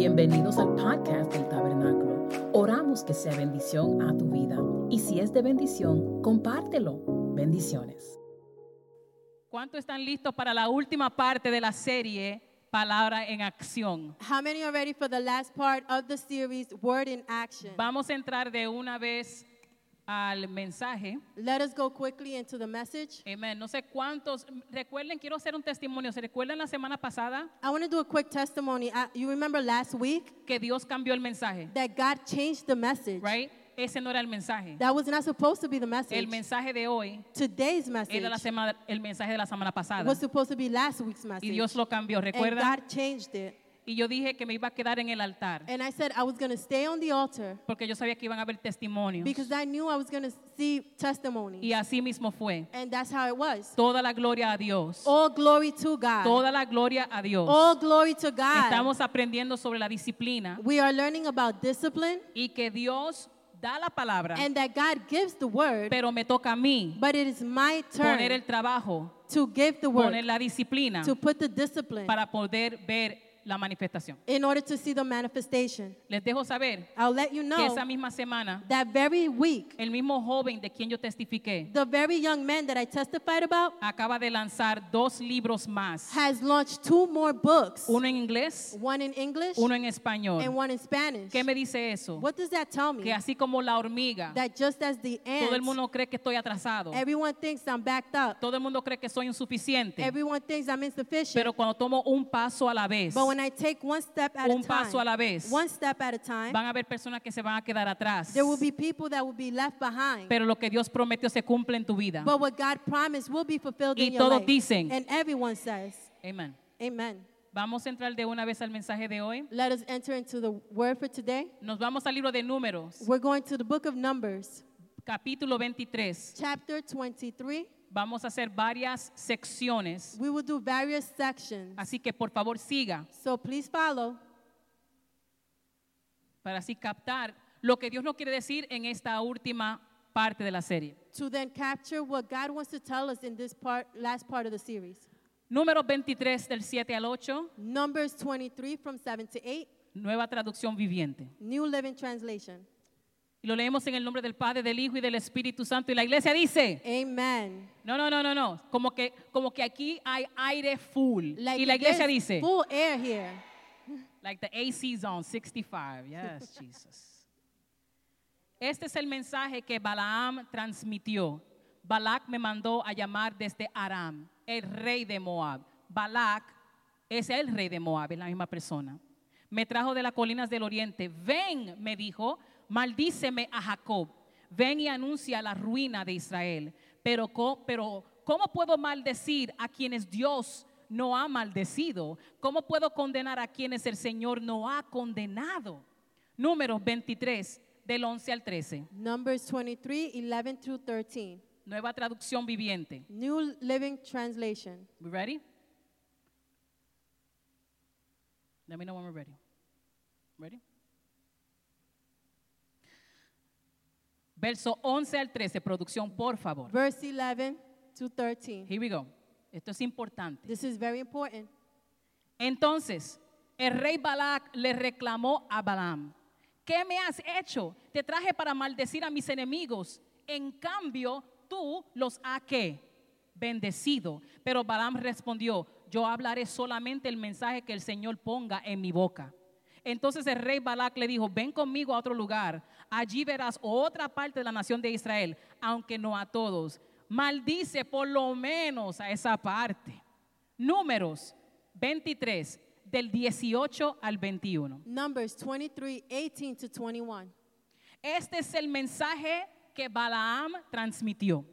Bienvenidos al podcast del Tabernáculo. Oramos que sea bendición a tu vida y si es de bendición, compártelo. Bendiciones. ¿Cuántos están listos para la última parte de la serie Palabra en Acción? How many are ready for the last part of the series, Word in Action? Vamos a entrar de una vez al mensaje. Let us go quickly into the message. Amén. No sé cuántos. Recuerden, quiero hacer un testimonio. ¿Se recuerdan la semana pasada I want to do a quick testimony. I, you remember last week que Dios cambió el mensaje? that God changed the message? Right? Ese no era el mensaje. That was not supposed to be the El message. mensaje de hoy Today's message era la semana, el mensaje de la semana pasada. was supposed to be last week's Y message. Dios lo cambió, and ¿recuerdan? God changed it. Y yo dije que me iba a quedar en el altar And I said I was going to stay on the altar porque yo sabía que iban a haber testimonios. because I knew I was going to see testimony. Y así mismo fue. And that's how it was. Toda la gloria a Dios. All glory to God. Toda la gloria a Dios. All glory to Oh, God. Estamos aprendiendo sobre la disciplina We are learning about discipline y que Dios da la palabra, and that God gives the word, pero me toca a mí but it is my poner el turn trabajo, to give the poner word, la disciplina to put the discipline para poder ver la manifestación. in order to see the manifestation. Les dejo saber I'll let que you know esa misma semana that very week, el mismo joven de quien yo testifiqué the very young man that I testified about acaba de lanzar dos libros más, has launched two more books uno en inglés, one in English uno en and español. one in Spanish. ¿Qué me dice eso? What does that tell Que me? así como la hormiga, That just as the todo el ant, mundo cree que estoy atrasado. everyone thinks I'm backed up, Todo el mundo cree que soy insuficiente, everyone thinks I'm insufficient. pero cuando tomo un paso a la vez, But when I take one step at Un a time, paso a la vez. one step at a time, van a haber personas que se van a quedar atrás. there will be people that will be left behind. Pero lo que Dios prometió se cumple en tu vida. but what God promised will be fulfilled Y in your todos life. dicen- and everyone says, Amén. Amen. Vamos a entrar de una vez al mensaje de hoy. Let us enter into the word for today. Nos vamos al libro de Números, We're going to the book of Numbers, capítulo 23. chapter 23. Vamos a hacer varias secciones. We will do various sections. Así que por favor siga So please follow para así captar lo que Dios nos quiere decir en esta última parte de la serie. to then capture what God wants to tell us in this part, last part of the series. Números 23 del 7 al 8, Numbers 23 from 7 to 8, nueva traducción viviente. New Living Translation. Y lo leemos en el nombre del Padre, del Hijo y del Espíritu Santo. Y la iglesia dice, Amen. no, no, no, no, no, como que, como que aquí hay aire full. Like y la iglesia there's dice, full air here. like the AC zone 65, yes, Jesus. Este es el mensaje que Balaam transmitió. Balak me mandó a llamar desde Aram, el rey de Moab. Balak es el rey de Moab, es la misma persona. Me trajo de las colinas del oriente. Ven, me dijo, maldíceme a Jacob. Ven y anuncia la ruina de Israel. Pero, co- pero ¿cómo puedo maldecir a quienes Dios no ha maldecido? ¿Cómo puedo condenar a quienes el Señor no ha condenado? Números 23, del 11 al 13. Numbers 23, 11 through 13. Nueva traducción viviente. New Living Translation. We ready? Let me know when we're ready. Ready? Verso 11 al 13, producción, por favor. Verse 11 to 13. Here we go. Esto es importante. This is very important. Entonces, el rey Balac le reclamó a Balaam, ¿qué me has hecho? Te traje para maldecir a mis enemigos. En cambio, tú los ha que bendecido. Pero Balaam respondió, yo hablaré solamente el mensaje que el Señor ponga en mi boca. Entonces el rey Balac le dijo, ven conmigo a otro lugar, allí verás otra parte de la nación de Israel, aunque no a todos. Maldice por lo menos a esa parte. Números 23, del 18 al 21. Numbers 23, 18 to 21. Este es el mensaje que Balaam transmitió.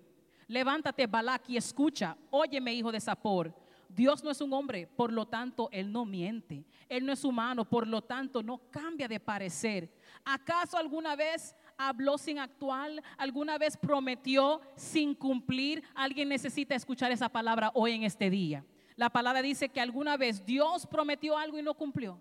Levántate, Balak, y escucha. Óyeme, hijo de Sapor. Dios no es un hombre, por lo tanto, él no miente. Él no es humano, por lo tanto, no cambia de parecer. ¿Acaso alguna vez habló sin actuar? ¿Alguna vez prometió sin cumplir? Alguien necesita escuchar esa palabra hoy en este día. La palabra dice que alguna vez Dios prometió algo y no cumplió.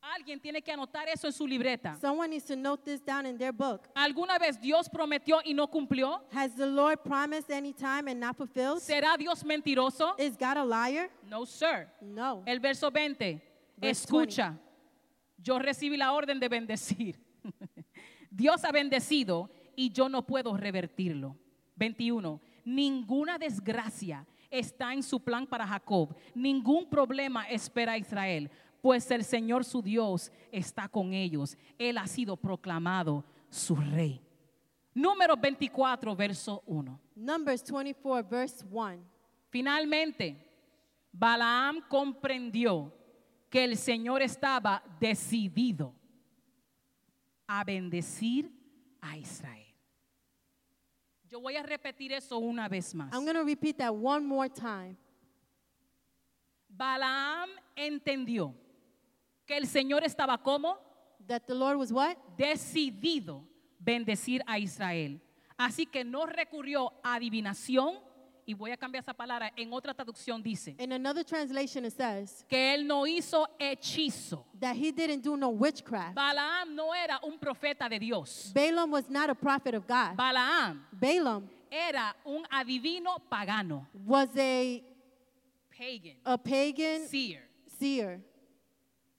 Alguien tiene que anotar eso en su libreta. Someone needs to note this down in their book. ¿Alguna vez Dios prometió y no cumplió? Has the Lord promised any time and not fulfilled? Eh, ¿Será Dios mentiroso? Is God a liar? No, sir. No. El verso 20. Verse 20. escucha, yo recibí la orden de bendecir. Dios ha bendecido y yo no puedo revertirlo. 21. Ninguna desgracia está en su plan para Jacob. Ningún problema espera a Israel, pues el Señor su Dios está con ellos. Él ha sido proclamado su rey. Número 24, verso 1. Numbers 24, verse 1. Finalmente, Balaam comprendió que el Señor estaba decidido a bendecir a Israel. Yo voy a repetir eso una vez más. I'm going to repeat that one more time. Balaam entendió que el Señor estaba como That the Lord was what? decidido bendecir a Israel. Así que no recurrió a adivinación, y voy a cambiar esa palabra, en otra traducción dice, In another translation, it says que él no hizo hechizo. that he didn't do no witchcraft. Balaam no era un profeta de Dios. Balaam was not a prophet of God. Balaam Balaam era un adivino pagano, was a, pagan, a pagan seer. seer.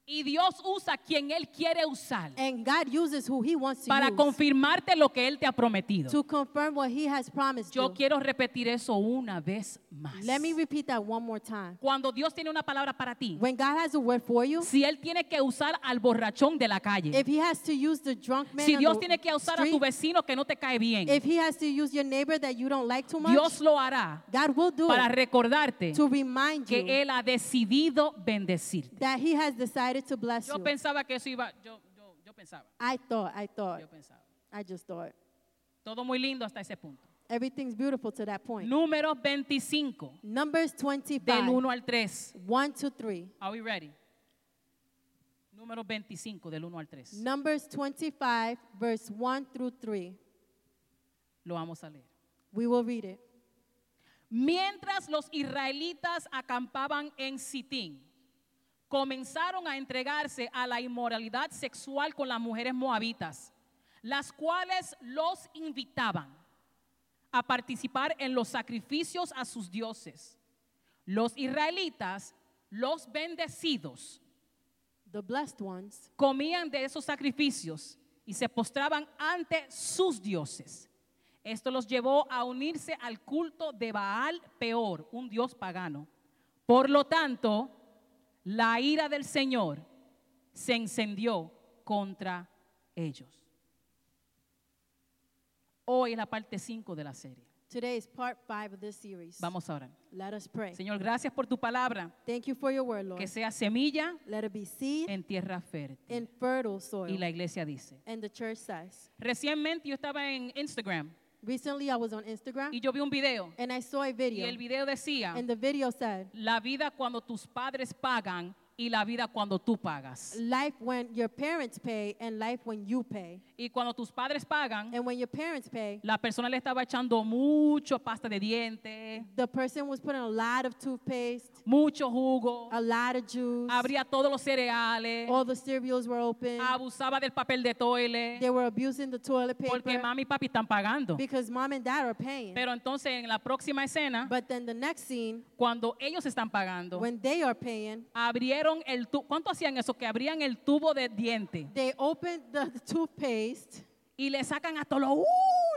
Y Dios usa quien él quiere usar And God uses who he wants to para use confirmarte lo que él te ha prometido. to confirm what he has promised Yo you. quiero repetir eso una vez más. Let me repeat that one more time. Cuando Dios tiene una palabra para ti, When God has a word for you, si él tiene que usar al borrachón de la calle, if he has to use the drunk man si on Dios the tiene que usar a tu street, vecino que no te cae bien, if he has to use your neighbor that you don't like too much, Dios lo hará God will do para it recordarte to remind you que él ha decidido bendecirte. that he has decided to bless Yo you. pensaba que eso iba, yo, yo, yo pensaba, I thought, I thought, yo pensaba. I just thought. Todo muy lindo hasta ese punto. Everything's beautiful to that point. Número 25, Numbers 25, del 1 al 3. 1 to 3. Are we ready? Número 25, del 1 al 3. Numbers 25, verse 1 through 3. Lo vamos a leer. We will read it. Mientras los israelitas acampaban en Sitín, comenzaron a entregarse a la inmoralidad sexual con las mujeres moabitas, las cuales los invitaban a participar en los sacrificios a sus dioses. Los israelitas, los bendecidos, The blessed ones comían de esos sacrificios y se postraban ante sus dioses. Esto los llevó a unirse al culto de Baal Peor, un dios pagano. Por lo tanto, la ira del Señor se encendió contra ellos. Hoy es la parte 5 de la serie. Today is part five of this series. Vamos a orar. Let us pray. Señor, gracias por tu palabra, Thank you for your word, Lord. que sea semilla Let it be seed en tierra fértil. in fertile soil. Y la iglesia dice. And the church says, Recientemente yo estaba en Instagram recently I was on Instagram y yo vi un video and I saw a y Ah. video. el video decía And the video said, la vida cuando tus padres pagan y la vida cuando tú pagas. life when your parents pay and life when you pay. Y cuando tus padres pagan, And when your parents pay, la persona le estaba echando mucho pasta de dientes, the person was putting a lot of toothpaste, mucho jugo, a lot of juice. abría todos los cereales, All the cereals were open. abusaba del papel de They toile, were abusing the toilet porque paper mami y papi están pagando. because mom and dad are paying. Pero entonces en la próxima escena, But then the next scene, cuando ellos están pagando, when they are paying, abrieron el tubo, ¿cuánto hacían eso? Que abrían el tubo de diente. they open the toothpaste y le sacan hasta lo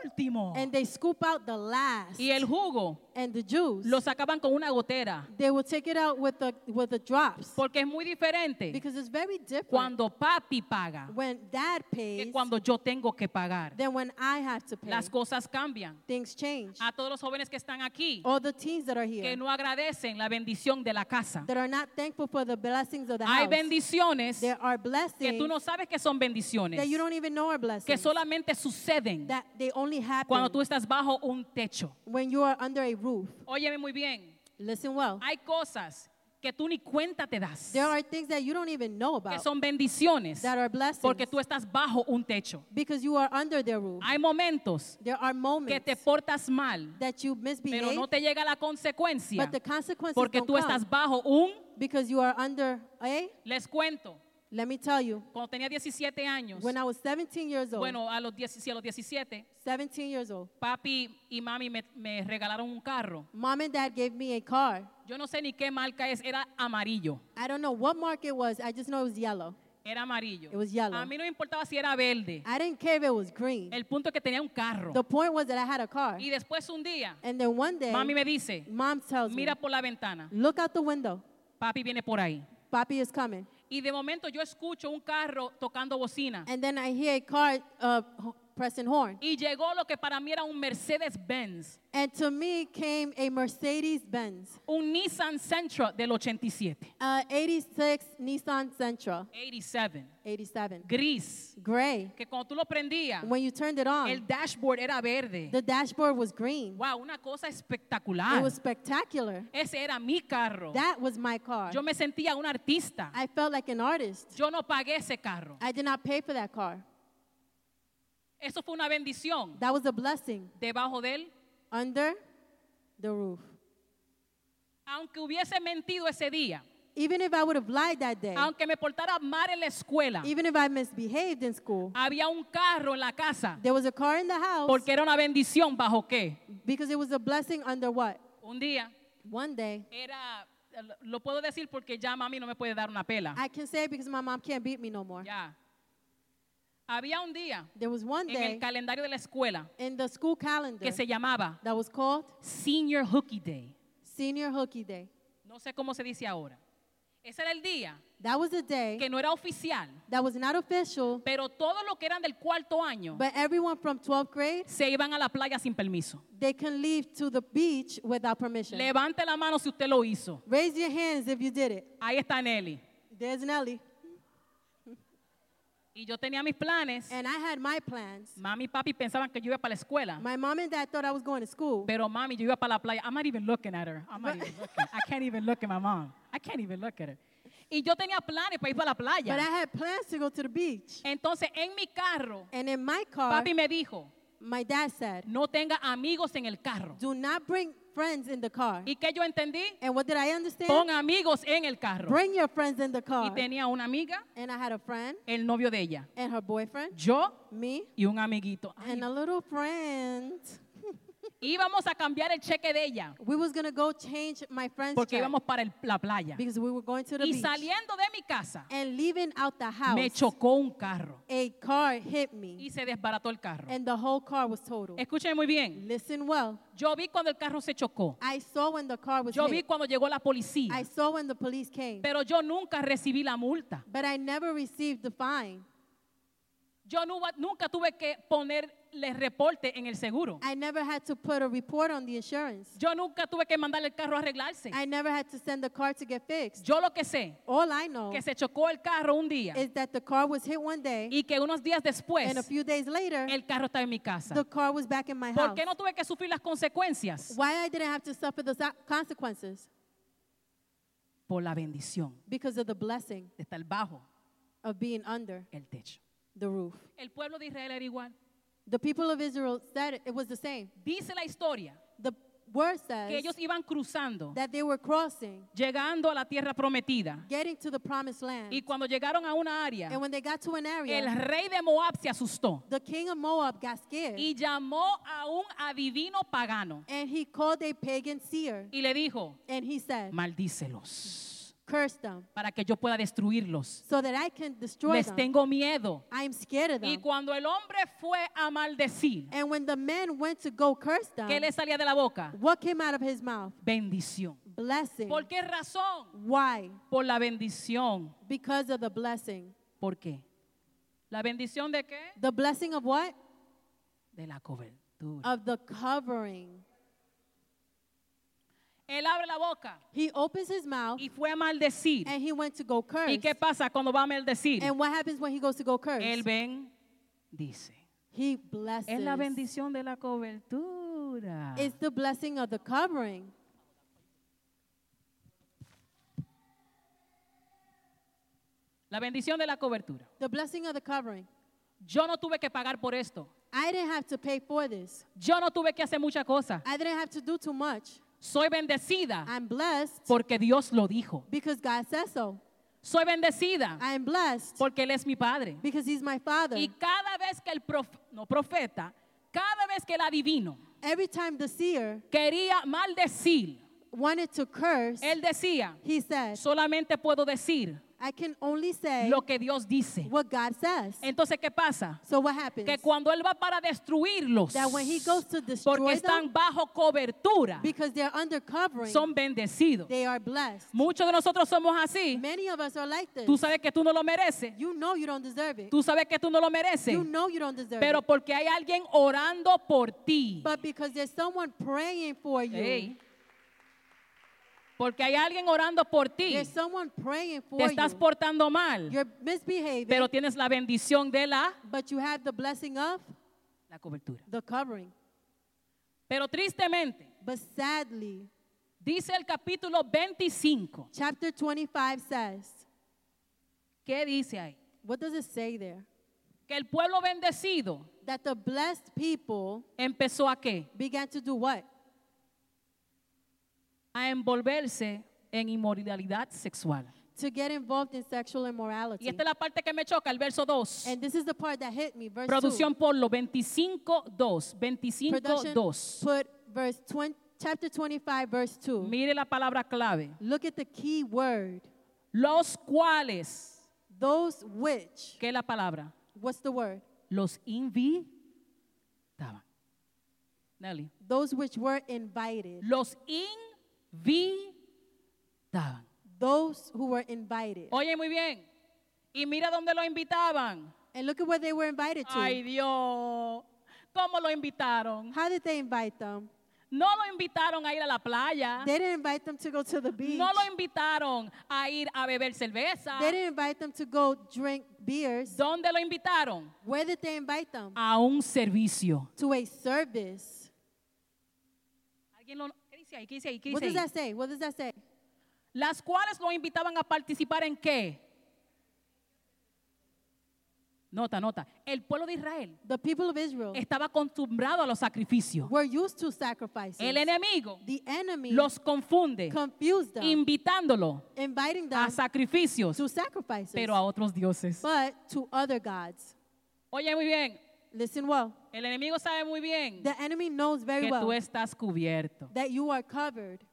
último. and they scoop out the last Y el jugo and the juice. lo sacaban con una gotera, They will take it out with the with the drops porque es muy diferente because it's very different cuando papi paga when dad que pays cuando yo tengo que pagar. than when I have to pay. Las cosas cambian. Things change. A todos los jóvenes que están aquí, All the teens that are que here no agradecen la bendición de la casa. that are not thankful for the blessings of the Hay house. bendiciones There are que blessings tú no sabes que son bendiciones, that you don't even know are que blessings. solamente suceden that they only happen cuando tú estás bajo un techo. when you are under a roof. Óyeme muy bien, Listen well. hay cosas que tú ni cuenta te das, There are things that you don't even know que about son bendiciones, that are blessings porque tú estás bajo un techo. because you are under their roof. Hay momentos There are que moments te portas mal, that you misbehave, pero no te llega la consecuencia but the consequences porque don't tú come estás bajo un. because you are under a. Les cuento, Let me tell you, Cuando tenía 17 años, when I was 17 years old, bueno, a los, 10 sí, a los 17, 17 years old, papi y mami me, me regalaron un carro. mom and dad gave me a car. Yo no sé ni qué marca es, era amarillo. I don't know what mark it was. I just know it was yellow. Era amarillo. It was yellow. A mí no me importaba si era verde. I didn't care if it was green. El punto es que tenía un carro. The point was that I had a car. Y después un día, And then one day, mami me dice, mom tells mira me, por la ventana, look out the window. papi viene por ahí. Papi is coming. Y de momento yo escucho un carro tocando bocina. And then I hear a car uh, ho- pressing horn. Y llegó lo que para mí era un Mercedes-Benz, And to me came a Mercedes Benz, un Nissan Sentra del 87, uh, 86 Nissan Sentra, 87, 87. gris, Gray. que cuando tú lo prendías, When you turned it el on, dashboard era verde. the dashboard was green. Wow, una cosa It espectacular. was spectacular. Ese era mi carro. That was my car. Yo me sentía un artista. I felt like an artist. Yo no pagué ese carro. I did not pay for that car. Eso fue una bendición. That was a blessing Debajo de él, under the roof. aunque hubiese mentido ese día, Even if I would have lied that day, aunque me portara mal en la escuela, even if I misbehaved in school, había un carro en la casa there was a car in the house Ah. porque era una bendición bajo qué. because it was a blessing under what? Un día One day. era, lo puedo decir porque ya mami no me puede dar una pela. I can say it because my mom can't beat me no more. Ya. Había un día There was one en el day calendario de la escuela in the school calendar que se llamaba that was called Senior Hooky Day. Senior Hooky Day. No sé cómo se dice ahora. Ese era el día That was a day que no era oficial, that was not official, pero todos los que eran del cuarto año but everyone from 12th grade, se iban a la playa sin permiso. they can leave to the beach without permission. Levante la mano si usted lo hizo. Raise your hands if you did it. Ahí está Nelly. There's Nelly. Y yo tenía mis planes. And I had my plans. Mami y papi pensaban que yo iba para la escuela. My mom and dad thought I was going to school. Pero mami, yo iba para la playa. I'm not even looking at her. I'm not even looking. I can't even look at my mom. I can't even look at her. Y yo tenía planes para ir para la playa. But I had plans to go to the beach. Entonces, en mi carro, And in my car, papi me dijo, my dad said, no tenga amigos en el carro. do not bring friends in the car. ¿Y qué yo entendí? And what did I understand? Pon amigos en el carro. Bring your friends in the Y car. tenía una amiga, And I had a friend el novio de ella, and her boyfriend, yo me, y un amiguito. Ay, and a little friend. íbamos a cambiar el cheque de ella We was gonna go change my friend's porque check íbamos para el- la playa. because we were going to the Y beach. saliendo de mi casa, And leaving out the house, me chocó un carro a car hit me, y se desbarató el carro. and the whole car was totaled. Escuchen muy bien. Listen well. Yo vi cuando el carro se chocó. I saw when the car was Yo vi hit. cuando llegó la I policía. saw when the police came, Pero yo nunca recibí la multa. but I never received the fine. Yo nu- nunca tuve que ponerle reporte en el seguro. I never had to put a report on the insurance. Yo nunca tuve que mandarle el carro a arreglarse. I never had to send the car to get fixed. Yo lo que sé, All I know que se chocó el carro un día is that the car was hit one day, y que unos días después and a few days later, el carro estaba en mi casa. the car was back in my ¿Por house. qué no tuve que sufrir las consecuencias? Why I didn't have to suffer the so- consequences? Por la bendición Because of the blessing de estar bajo of being under el techo. the roof. El pueblo de Israel era igual. The people of Israel said it, it was the same. Dice la historia The word que says ellos iban cruzando, that they were crossing, llegando a la tierra prometida. getting to the promised land. Y cuando llegaron a una área, And when they got to an area, el rey de Moab se asustó the king of Moab got scared. y llamó a un adivino pagano and he called a pagan seer. y le dijo, And he said, maldícelos Curse them para que yo pueda destruirlos. so that I can destroy Les them. tengo miedo. I am scared of Y them. cuando el hombre fue a maldecir, And when the man went to go curse them, ¿qué le salía de la boca? what came out of his mouth? Bendición. Blessing. ¿Por qué razón? Why? Por la bendición. Because of the blessing. ¿Por qué? ¿La bendición de qué? The blessing of what? De la cobertura. Of the covering. Él abre la boca He opens his mouth y fue a maldecir. and he went to go curse. ¿Y qué pasa cuando va a maldecir? And what happens when he goes to go curse? Él ven, dice. He blesses. Es la bendición de la cobertura. It's the blessing of the covering. la bendición de la cobertura. The blessing of the covering. Yo no tuve que pagar por esto. I didn't have to pay for this. Yo no tuve que hacer muchas cosas. I didn't have to do too much. Soy bendecida Ah, I'm blessed porque Dios lo dijo. because God says so. Soy bendecida I am blessed porque Él es mi Padre. because he's my father. Y cada vez que el prof- no, profeta, cada vez que el adivino Every time the seer quería maldecir, wanted to curse, él decía, he said, solamente puedo decir I can only say lo que Dios dice. what God says. Entonces, ¿qué pasa? So what happens? Que cuando Él va para destruirlos, That when he goes to porque destroy están them, bajo cobertura, because they're under covering, son bendecidos. they are blessed. Muchos de nosotros somos así. Many of us are like this. Tú sabes que tú no lo mereces. You know you don't deserve it. Tú sabes que tú no lo mereces. You know you don't deserve Pero it. porque hay alguien orando por ti. But because there's someone praying for you, Ey. Porque hay alguien orando por ti. there's someone praying Te for estás you. portando mal. You're misbehaving, Pero tienes la bendición de la, but you have the blessing of la cobertura. the covering. Pero tristemente, But sadly, dice el capítulo 25. chapter 25 says, ¿Qué dice ahí? what does it say there? Que el pueblo bendecido That the blessed people empezó a qué? began to do what? A envolverse en inmoralidad sexual. To get involved in sexual immorality. Y esta es la parte que me choca, el verso 2. And this is the part that hit me. Verse Producción por lo 25, 2. 2. 25, Production 2. put verse 20, chapter 25, verse 2. Mire la palabra clave. Look at the key word. Los cuales, Those which, ¿qué es la palabra? what's the word? Los invitaban. Nelly. Those which were invited. Los invitaban. Those who were invited. Oye, muy bien. Y mira dónde lo invitaban. And look at where they were invited to. Ay, Dios. ¿Cómo lo invitaron? How did they invite them? No lo invitaron a ir a la playa. They didn't invite them to go to the beach. No lo invitaron a ir a beber cerveza. They didn't invite them to go drink beers. ¿Dónde lo invitaron? Where did they invite them? A un servicio. To a service. ¿Alguien lo- ¿Qué dice ahí? ¿Qué dice ahí? ¿Qué What does dice ahí? that say? What does that say? Las cuales lo invitaban a participar en qué? Nota, nota. El pueblo de Israel The people of Israel estaba acostumbrado a los sacrificios. were used to sacrifices. El enemigo the enemy los confunde, confused them, invitándolo inviting them a sacrificios, to sacrifices, pero a otros dioses. but to other gods. Oye, muy bien. Listen well. El enemigo sabe muy bien The enemy knows very que well tú estás cubierto. that you are covered.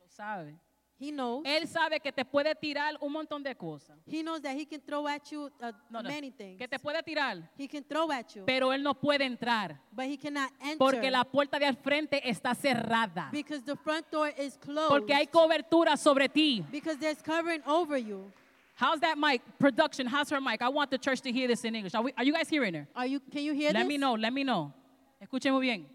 Lo sabe. He knows. Él sabe que te puede tirar un montón de cosas. He knows that he can throw at you uh, No, no. many things. Que te puede tirar, He can throw at you, pero él no puede entrar but he cannot enter porque la puerta de al frente está cerrada. because the front door is closed. Porque hay cobertura sobre ti. because there's covering over you. How's that mic? Production, how's her mic? I want the church to hear this in English. Are, we- are you guys hearing her? Are you? Can you hear let this? me know, let me know. Escuchen muy bien.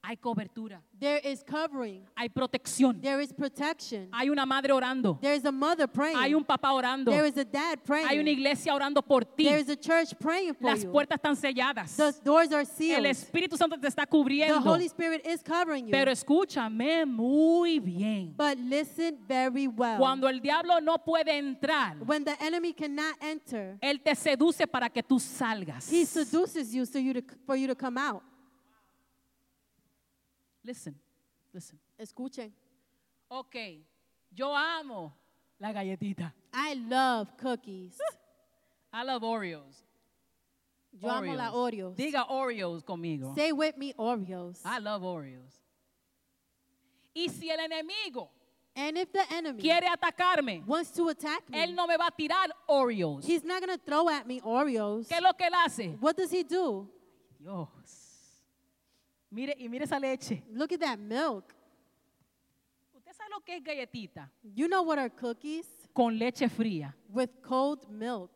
Hay cobertura, There is covering. hay protección. There is protection. Hay una madre orando. There is a mother praying. Hay un papá orando. There is a dad praying. Hay una iglesia orando por ti. There is a church praying for Las you. puertas están selladas. The doors are El sealed. Espíritu Santo te está the cubriendo. Holy Spirit is covering you. Pero escúchame muy bien. but listen very well. Cuando el diablo no puede entrar, when the enemy cannot enter, él te seduce para que tú salgas. he seduces you so you to, for you to come out. Listen, listen. Escuchen. Ok, yo amo la galletita. I love cookies. I love Oreos. Yo amo la Oreos. Diga Oreos conmigo. Say with me, Oreos. I love Oreos. Y si el enemigo and if the enemy quiere atacarme, wants to attack me, él no me va a tirar Oreos. he's not going to throw at me Oreos. ¿Qué es lo que él hace? What does he do? Dios. Mire, y mire esa leche. Look at that milk. ¿Usted sabe lo que es galletita? You know what are cookies? Con leche fría. With cold milk.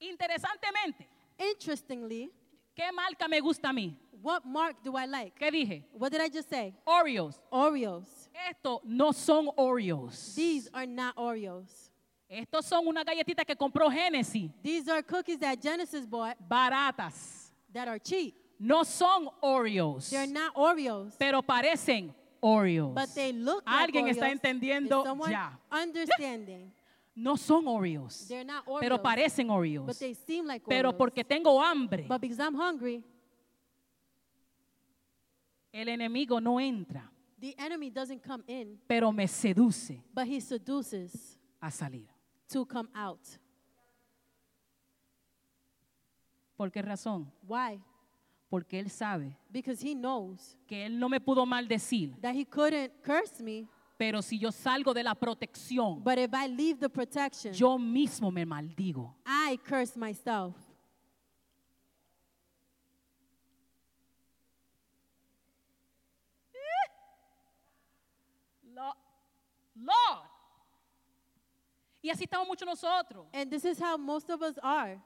Interesantemente, Interestingly, ¿qué marca me gusta a mí? what mark do I like? ¿Qué dije? What did I just say? Oreos. Oreos. Estos no son Oreos. These are not Oreos. Estos son una galletita que compró Genesis, These are cookies that Genesis bought baratas. that are cheap. No son Oreos, They're not Oreos, pero parecen Oreos. but they look like Alguien Oreos. está entendiendo Is someone ya. understanding? No son Oreos, They're not pero Oreos, parecen but Oreos. they seem like Pero Oreos. porque tengo hambre, but because I'm hungry, el enemigo no entra The enemy doesn't come in, pero me seduce but he seduces a salir. to come out. ¿Por qué razón? Why? Porque él sabe Because he knows que él no me pudo maldecir, that he couldn't curse me, pero si yo salgo de la protección, but if I leave the protection, yo mismo me maldigo. I curse myself. Lo- Lord. Y así estamos muchos nosotros. And this is how most of us are.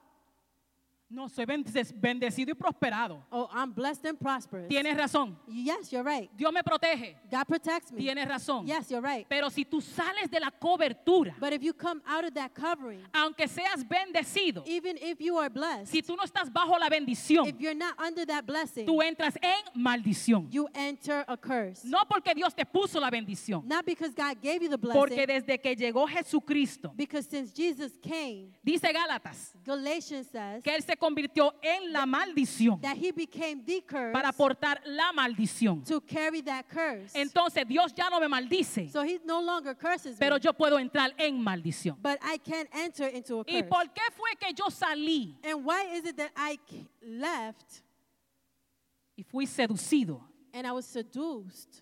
No, soy bendes- bendecido y prosperado. Oh, I'm blessed and prosperous. Tienes razón. Yes, you're right. Dios me protege. God protects me. Tienes razón. Yes, you're right. Pero si tú sales de la cobertura, But if you come out of that covering, aunque seas bendecido, even if you are blessed, si tú no estás bajo la bendición, if you're not under that blessing, tú entras en maldición. you enter a curse. No porque Dios te puso la bendición, Not because God gave you the blessing, porque desde que llegó Jesucristo, because since Jesus came, dice Gálatas, Galatians says que Él se convirtió en la maldición that he became the curse para portar la maldición. to carry that curse. Entonces Dios ya no me maldice, so he no longer curses pero me, yo puedo entrar en maldición. but I can't enter into a ¿Y curse. por qué fue que yo salí and why is it that I c- left y fui seducido and I was seduced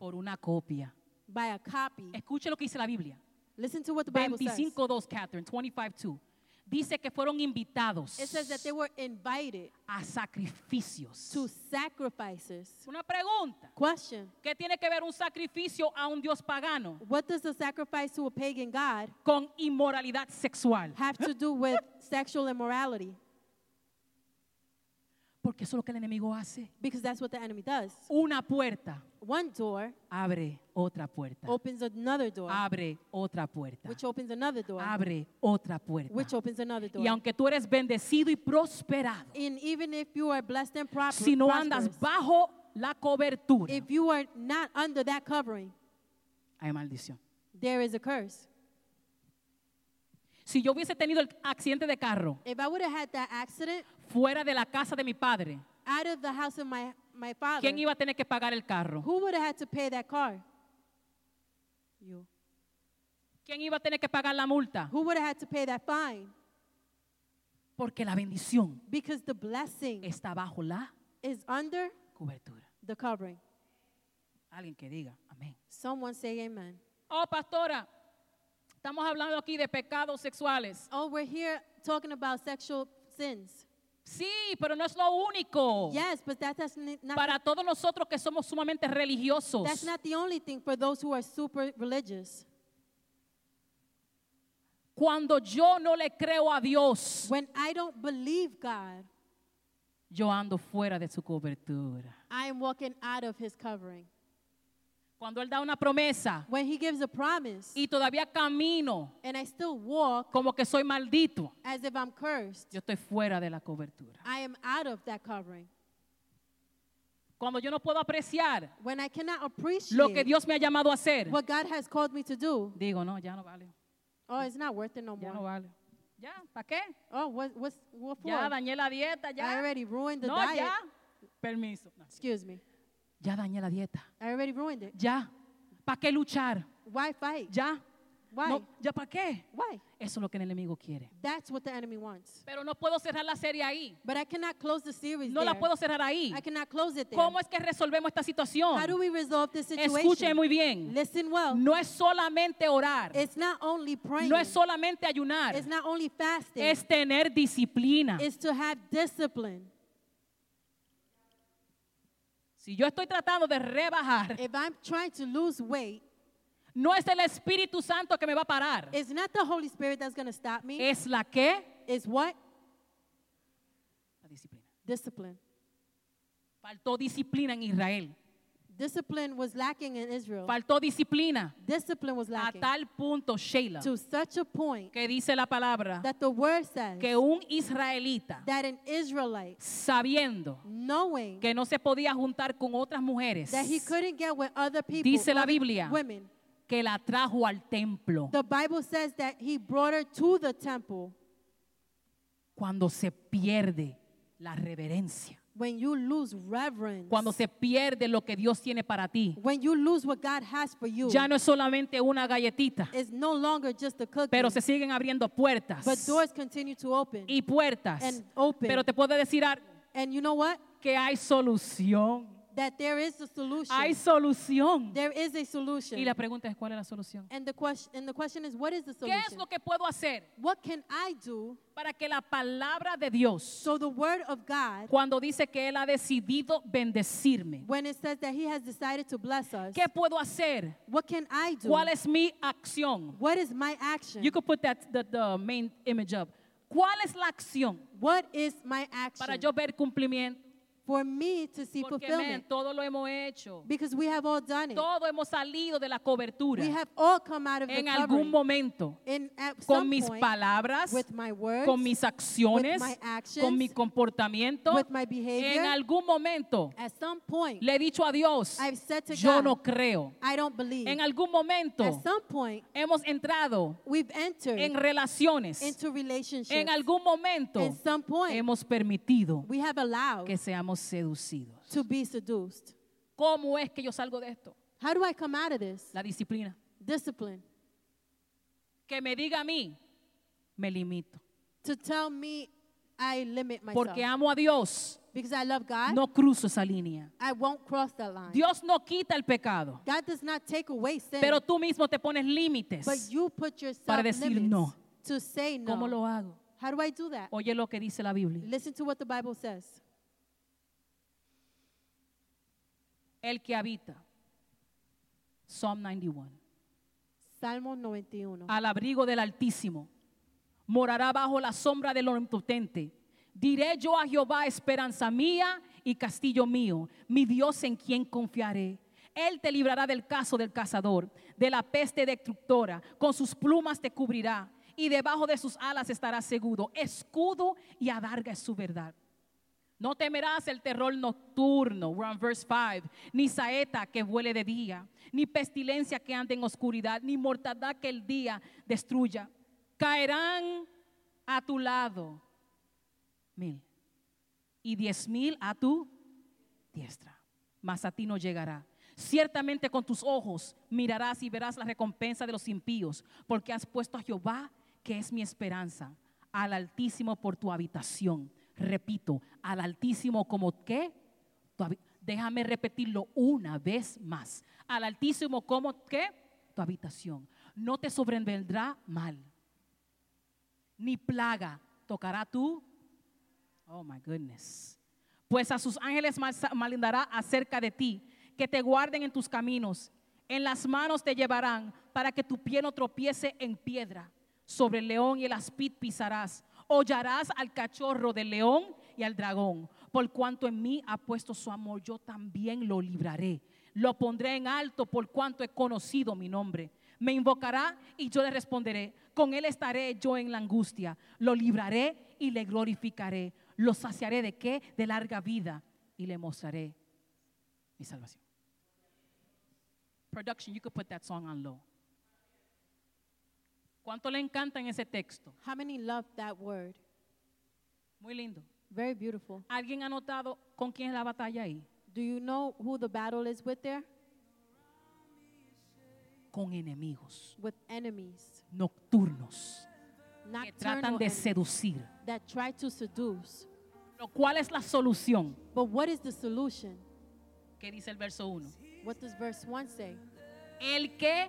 por una copia? by a copy? Escuche lo que dice la Biblia. Listen to what the Bible says. 25.2, Catherine, 25.2. Dice que fueron invitados It says that they were invited a sacrificios. to sacrifices. Una pregunta. Question ¿Qué tiene que ver un sacrificio a un dios pagano What does the sacrifice to a pagan god con inmoralidad sexual? have to do with sexual immorality? Porque eso es lo que el enemigo hace. Because that's what the enemy does. Una puerta One door abre otra puerta. opens another door, Abre otra puerta. which opens another door, Abre otra puerta. which opens another door. Y aunque tú eres bendecido y prosperado, And even if you are blessed and proper, si no andas prosperous, bajo la cobertura, if you are not under that covering, hay maldición. there is a curse. Si yo hubiese tenido el accidente de carro If I would have had that accident fuera de la casa de mi padre, out of the house of my, my father, ¿quién iba a tener que pagar el carro? who would have had to pay that car? You. ¿Quién iba a tener que pagar la multa? Who would have had to pay that fine? Porque la bendición Because the blessing está bajo la is under cobertura. the covering. Alguien que diga, amén. Someone say amen. Oh, pastora, estamos hablando aquí de pecados sexuales. Oh, we're here talking about sexual sins. Sí, pero no es lo único. Yes, but that, that's, n- Oh. not, Para todos nosotros que somos sumamente religiosos, that's not the only thing for those who are super religious. cuando yo no le creo a Dios, When I don't believe God, yo ando fuera de su cobertura. I am walking out of his covering. Cuando Él da una promesa When he gives a promise y todavía camino and I still walk como que soy maldito, as if I'm cursed, yo estoy fuera de la cobertura. I am out of that covering. Cuando yo no puedo apreciar When I cannot lo que appreciate Dios me ha llamado a hacer, what God has called me to do, digo, no, ya no vale, oh, it's not worth it no ya no more. vale. Ya, ¿para qué? Oh, what, what's, what for? Ya dañé la dieta, I ya. already ruined the No, diet. ya. Permiso. Excuse me. Ya dañé la dieta. I already ruined it. Ya. ¿Para qué luchar? Why fight? Ya. Why? No, ¿Ya para qué? Why? Eso es lo que el enemigo quiere. That's what the enemy wants. Pero no puedo cerrar la serie ahí. But I cannot close the series. No la there. puedo cerrar ahí. I cannot close it there. ¿Cómo es que resolvemos esta situación? How do we resolve this situation? Escuche muy bien. Listen well. No es solamente orar. It's not only praying. No es solamente ayunar. It's not only fasting. Es tener disciplina. It's to have discipline. Si yo estoy tratando de rebajar, If I'm trying to lose weight, no es el Espíritu Santo que me va a parar. it's not the Holy Spirit that's going to stop me. Es la que it's what? la disciplina. Discipline. Faltó disciplina en Israel. Discipline was lacking in Israel. Faltó disciplina discipline was a lacking tal punto, Sheila, to such a point que dice la palabra that the word says que un israelita that an Israelite, sabiendo knowing que no se podía juntar con otras mujeres, that he couldn't get with other people, Dice la other Biblia. women, que la trajo al templo. the Bible says that he brought her to the temple Cuando se pierde la reverencia, When you lose reverence, cuando se pierde lo que Dios tiene para ti. when you lose what God has for you, Ya no es solamente una galletita, it's no longer just a cookie, pero se siguen abriendo puertas but doors continue to open. y puertas. And open. Pero te puedo decir algo, and you know what? que hay solución. That there is a solution. Hay solución. there is a solution. Y la pregunta es, ¿cuál es la solución? and, the question, and the question is, what is the ¿Qué solution? es lo que puedo hacer what can I do para que la palabra de Dios, so the word of God, cuando dice que Él ha decidido bendecirme, when it says that he has decided to bless us, ¿qué puedo hacer? what can I do? ¿Cuál es mi acción? what is my action? You could put that, the, the main image up. ¿Cuál es la acción what is my action? para yo ver cumplimiento? for me to see Porque fulfillment. man, todo lo hemos hecho. Because we have all done it. Todo hemos salido de la cobertura We have all come out of the en covering. algún momento. In, at Con some mis point, palabras, with my words, con mis acciones, with my actions, con mi comportamiento. with my behavior, En algún momento at some point, le he dicho a Dios, I've said to yo God, no creo. I don't believe. En algún momento at some point, hemos entrado we've entered en relaciones. into relationships. En algún momento At some point, hemos permitido we have allowed que seamos seducidos. to be seduced. ¿Cómo es que yo salgo de esto? How do I come out of this? La disciplina. Discipline. Que me diga a mí, me limito. To tell me I limit myself. Porque amo a Dios, because I love God, no cruzo esa línea. I won't cross that line. Dios no quita el pecado, God does not take away sin. pero tú mismo te pones But límites. you put yourself para decir limits no. to say no. ¿Cómo lo hago? How do I do that? Oye lo que dice la Biblia. Listen to what the Bible says. El que habita, Psalm 91, Salmo 91. al abrigo del Altísimo, morará bajo la sombra del Omnipotente. Diré yo a Jehová, esperanza mía y castillo mío, mi Dios en quien confiaré. Él te librará del caso del cazador, de la peste destructora, con sus plumas te cubrirá y debajo de sus alas estarás seguro. Escudo y adarga es su verdad. No temerás el terror nocturno, we're on verse 5, ni saeta que vuele de día, ni pestilencia que ande en oscuridad, ni mortandad que el día destruya. Caerán a tu lado mil y diez mil a tu diestra, mas a ti no llegará. Ciertamente con tus ojos mirarás y verás la recompensa de los impíos, porque has puesto a Jehová, que es mi esperanza, al Altísimo por tu habitación. Repito, al Altísimo como que, tu habi- déjame repetirlo una vez más, al Altísimo como que, tu habitación. No te sobrevendrá mal, ni plaga tocará tu Oh my goodness. Pues a sus ángeles mas- malindará acerca de ti, que te guarden en tus caminos. En las manos te llevarán para que tu pie no tropiece en piedra. Sobre el león y el aspid pisarás. Hollarás al cachorro del león y al dragón. Por cuanto en mí ha puesto su amor, yo también lo libraré. Lo pondré en alto por cuanto he conocido mi nombre. Me invocará y yo le responderé. Con él estaré yo en la angustia. Lo libraré y le glorificaré. Lo saciaré de qué? De larga vida y le mostraré mi salvación. Production, you could put that song on low. ¿Cuánto le encanta en ese texto? How many love that word? Muy lindo. Very beautiful. ¿Alguien ha notado con quién es la batalla ahí? Do you know who the battle is with there? Con enemigos With enemies. nocturnos que Nocturnal tratan de enemies seducir. that try to seduce. Pero ¿Cuál es la solución? But what is the solution? ¿Qué dice el verso 1? What does verse 1 say? El que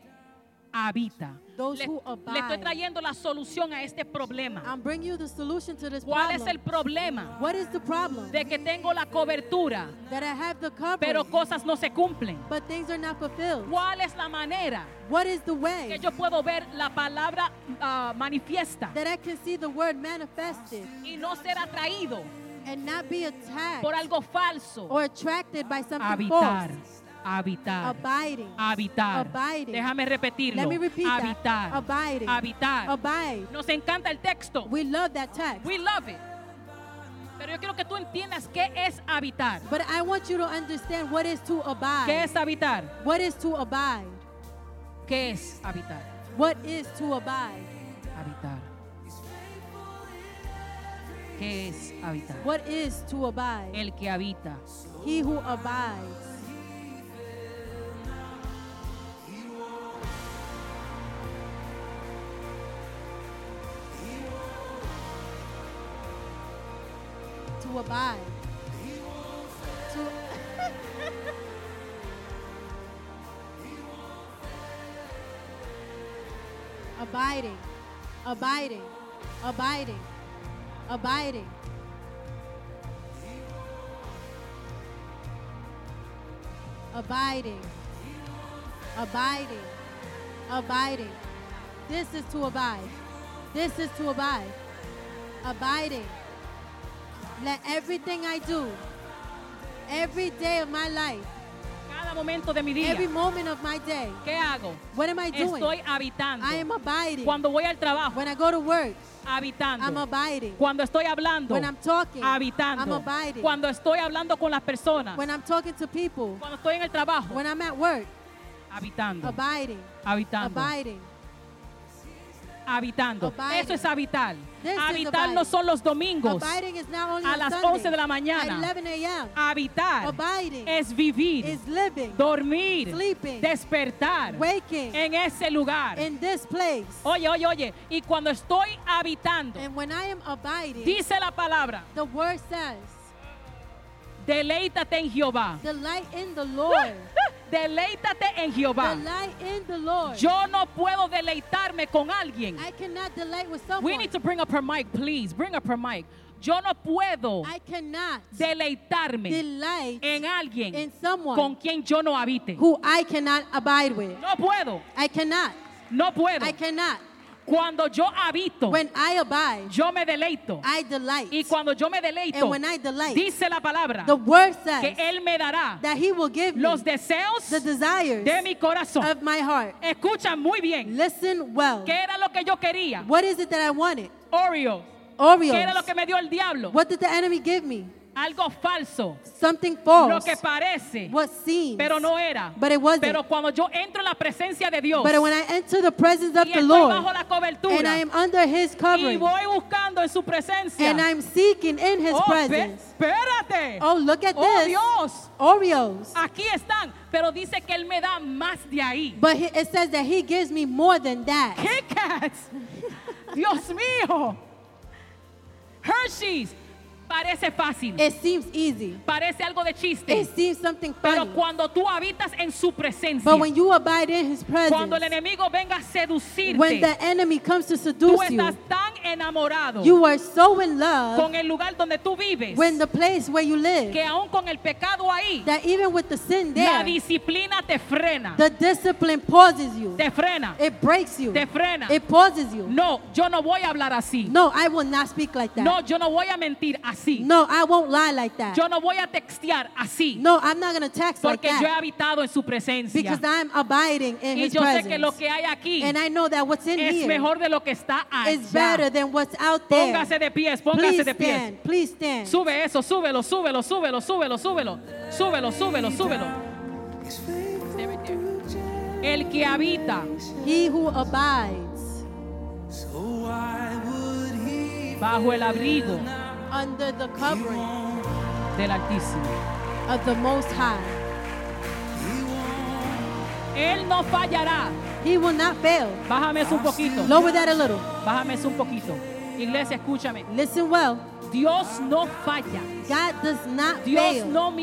habita. Those le, who le abide. estoy trayendo la solución a este problema. I'm bringing you the solution to this ¿Cuál problem. es el problema? what is the problem? De que tengo la cobertura, that I have the cover, pero cosas no se cumplen. but things are not fulfilled. ¿Cuál es la manera what is the way? que yo puedo ver la palabra ah, manifiesta that I can see the word manifested y no ser atraído and not be attacked por algo falso? or attracted by something Habitar, false. habitar, Abiding. habitar. Abiding. Déjame repetirlo. Let me repeat Habitar, that. Abiding. habitar. Abide. Nos encanta el texto. We love that text. We love it. Pero yo quiero que tú entiendas qué es habitar. but I want you to understand what is to abide. ¿Qué es habitar? What is to abide? ¿Qué es habitar? What is to abide? Habitar. ¿Qué es habitar? What is to abide? El que habita. He who abides. To abide. To abiding, abiding, abiding, abiding. Abiding, abiding, abiding. This is to abide. This is to abide. Abiding. Let everything I do, every day of my life, Cada momento de mi día. every moment of my day, ¿Qué hago? what am I doing? Estoy habitando. I am abiding. Cuando voy al trabajo, When I go to work, habitando. I'm abiding. Cuando estoy hablando, When I'm talking, I'm habitando. abiding. Cuando estoy hablando con las personas, When I'm talking to people, cuando estoy en el trabajo, when I'm at work, habitando. abiding, Habitando. abiding. Habitando. Abiding. Eso es habitar. This is Habitar abiding. no son los domingos. Abiding is not only A on las Sunday, 11 de la mañana. At 11 a.m. Habitar Abiding. es vivir, is living, dormir, Sleeping. despertar waking en ese lugar. in this place. Oye, oye, oye. Y cuando estoy habitando, And when I am abiding, dice la palabra, the word says, deleítate en Jehová. delight in the Lord. Deleítate en Jehová. delight in the Lord. Yo no puedo deleitarme con alguien. I cannot delight with someone. We need to bring up her mic, please. Bring up her mic. Yo no puedo I cannot deleitarme delight en alguien in someone con quien yo no habite. who I cannot abide with. No puedo, I cannot. no puedo. I cannot. Cuando yo habito, When I abide, yo me deleito. I delight. Y cuando yo me deleito, And when I delight, dice la palabra the word que says Él me dará that he will give me los deseos the desires de mi corazón. of my heart. Escucha muy bien. Listen well. ¿Qué era lo que yo quería? What is it that I wanted? Oreo. ¿Qué era lo que Oreos. me dio el diablo? What did the enemy give me? Algo falso. Something Lo false. que parece. What seems. Pero no era. But it wasn't. Pero cuando yo entro en la presencia de Dios But when I enter the presence of y the estoy bajo Lord la cobertura and I am under his y covering voy buscando en su presencia, and I'm seeking in his oh, pe- presence. espérate, Oh, look at Oh, this. Dios, Oreos. aquí están, pero dice que Él me da más de ahí. But he, it says that he gives me more than that. Kit Kats, Dios mío, Hershey's, parece fácil, It seems easy. parece algo de chiste, It seems something pero funny. cuando tú habitas en su presencia, But when you abide in his presence, cuando el enemigo venga a seducirte, when the enemy comes to tú seduce estás you, tan enamorado you are so in love con el lugar donde tú vives when the place where you live que aún con el pecado ahí that even with the sin la there, disciplina te frena the discipline pauses you. te frena It breaks you. te frena It pauses you. no yo no voy a hablar así No, I will not speak like no that. yo no voy a mentir así No, I won't lie like that. yo no voy a textear así No, I'm not going to text like porque yo he that habitado en su presencia because I'm abiding in y his yo sé que lo presence. que hay aquí And I know that what's in es here mejor de lo que está is better allá than what's out there. póngase de pies póngase Please de pies stand. Please stand. sube eso súbelo súbelo súbelo súbelo súbelo súbelo súbelo súbelo el que habita He who abides bajo el abrigo under the covering del Altísimo. of the Most High, Él no fallará. he will not fail. Bájame eso un poquito. Lower that a little. Bájame eso un poquito. Iglesia, escúchame. Listen well. Dios no falla. God does not Dios fail. no He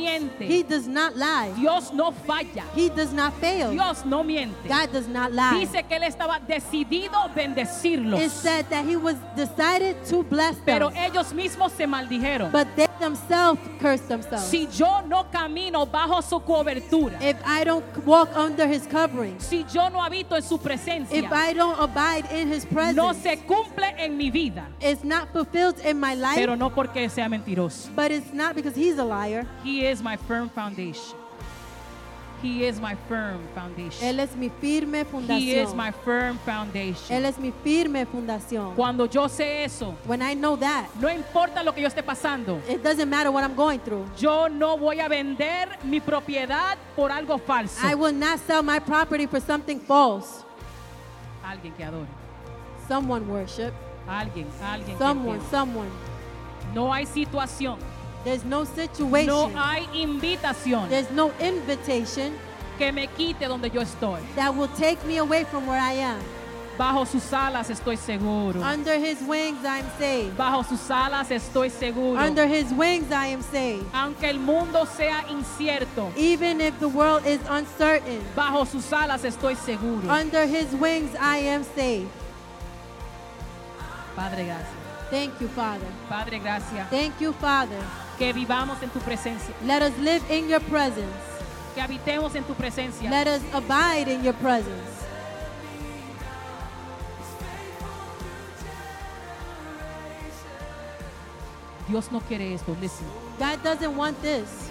miente. does not lie. Dios no falla. He does not fail. Dios no miente. God does not lie. Dice que Él estaba decidido a It bendecirlos. said that he was decided to bless Pero them, ellos mismos se maldijeron. but they themselves cursed themselves. Si yo no camino bajo su cobertura, If I don't walk under his covering, si yo no habito en su presencia, if I don't abide in his no presence, se cumple en mi vida. it's not fulfilled in my life, Pero no porque sea mentiroso. but it's not because he's a liar. He is my firm foundation. He is my firm foundation. Él es mi firme He is my fundación. firm foundation. Él es mi firme fundación. Cuando yo sé eso, When I know that, no importa lo que yo esté pasando, it doesn't matter what I'm going through. yo no voy a vender mi propiedad por algo falso. I will not sell my property for something false. Alguien que adore. Someone worship. Alguien, alguien que Someone, entienda. someone. No hay situación. There's no situation. No uh, hay invitación There's no invitation que me quite donde yo estoy. that will take me away from where I am. Bajo sus alas estoy seguro. Under his wings I am saved. Bajo sus alas estoy seguro. Under his wings I am saved. Aunque el mundo sea incierto, Even if the world is uncertain, bajo sus alas estoy seguro. under his wings I am saved. Padre, gracias. Thank you, Father. Padre, gracias. Thank you, Father. Que vivamos en tu presencia. Let us live in your presence. Que habitemos en tu presencia. Let us abide in your presence. Dios no quiere esto. Listen. God doesn't want this.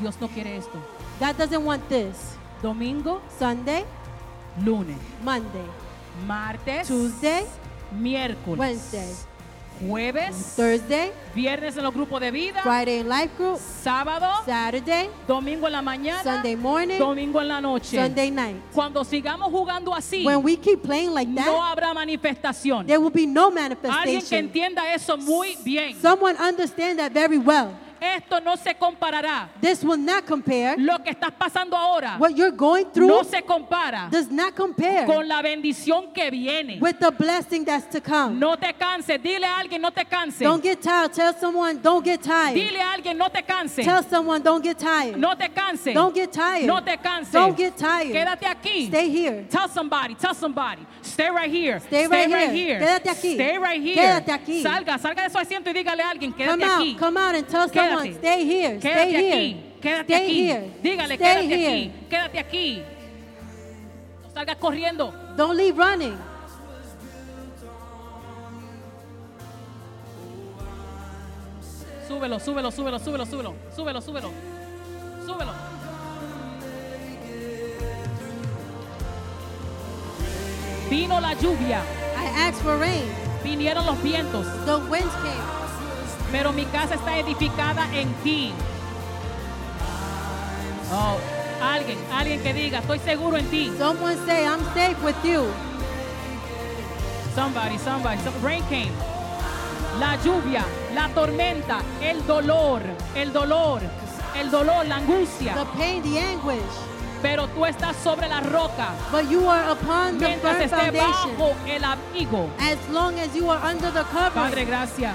Dios no quiere esto. God doesn't want this. Domingo, Sunday, lunes, Monday, martes, Tuesday, miércoles, Wednesday, jueves, Thursday, viernes en los grupos de vida, Friday in life group, sábado, Saturday, domingo en la mañana, Sunday morning, domingo en la noche. Sunday night. Cuando sigamos jugando así, When we keep playing like no that, habrá manifestación. there will be no Alguien que manifestation. entienda eso muy bien. Someone understand that very well. Esto no se comparará. This will not compare. Lo que estás pasando ahora What you're going through no se compara does not compare con la bendición que viene. with the blessing that's to come. No te canses. Dile a alguien, no te canses. Don't get tired. Tell someone, don't get tired. Dile a alguien, no te canses. Tell someone, don't get tired. No te canses. Don't get tired. No te canses. Don't get tired. Quédate aquí. Stay here. Tell somebody, tell somebody. Stay right here. Stay right here. Quédate aquí. Stay right here. Quédate aquí. Salga, salga de su asiento y dígale a alguien, quédate Come out, aquí. come out and tell someone, Quédate. stay here, Quédate stay aquí. here, Quédate stay aquí. here, Dígale, stay quédate here. aquí. Quédate aquí. No salgas corriendo. Don't leave running. Súbelo, súbelo, súbelo, súbelo, súbelo. Súbelo, súbelo. Súbelo. Vino la lluvia, I asked for rain. vinieron los vientos, The winds came, pero mi casa está edificada en ti. Oh, alguien, alguien que diga, estoy seguro en ti. someone say, I'm safe with you. Somebody, somebody, some rain came. La lluvia, la tormenta, el dolor, el dolor, el dolor, la angustia. The pain, the anguish, Pero tú estás sobre la roca. but you are upon the Mientras firm esté foundation. bajo el abrigo. As long as you are under the covering. Padre, gracias.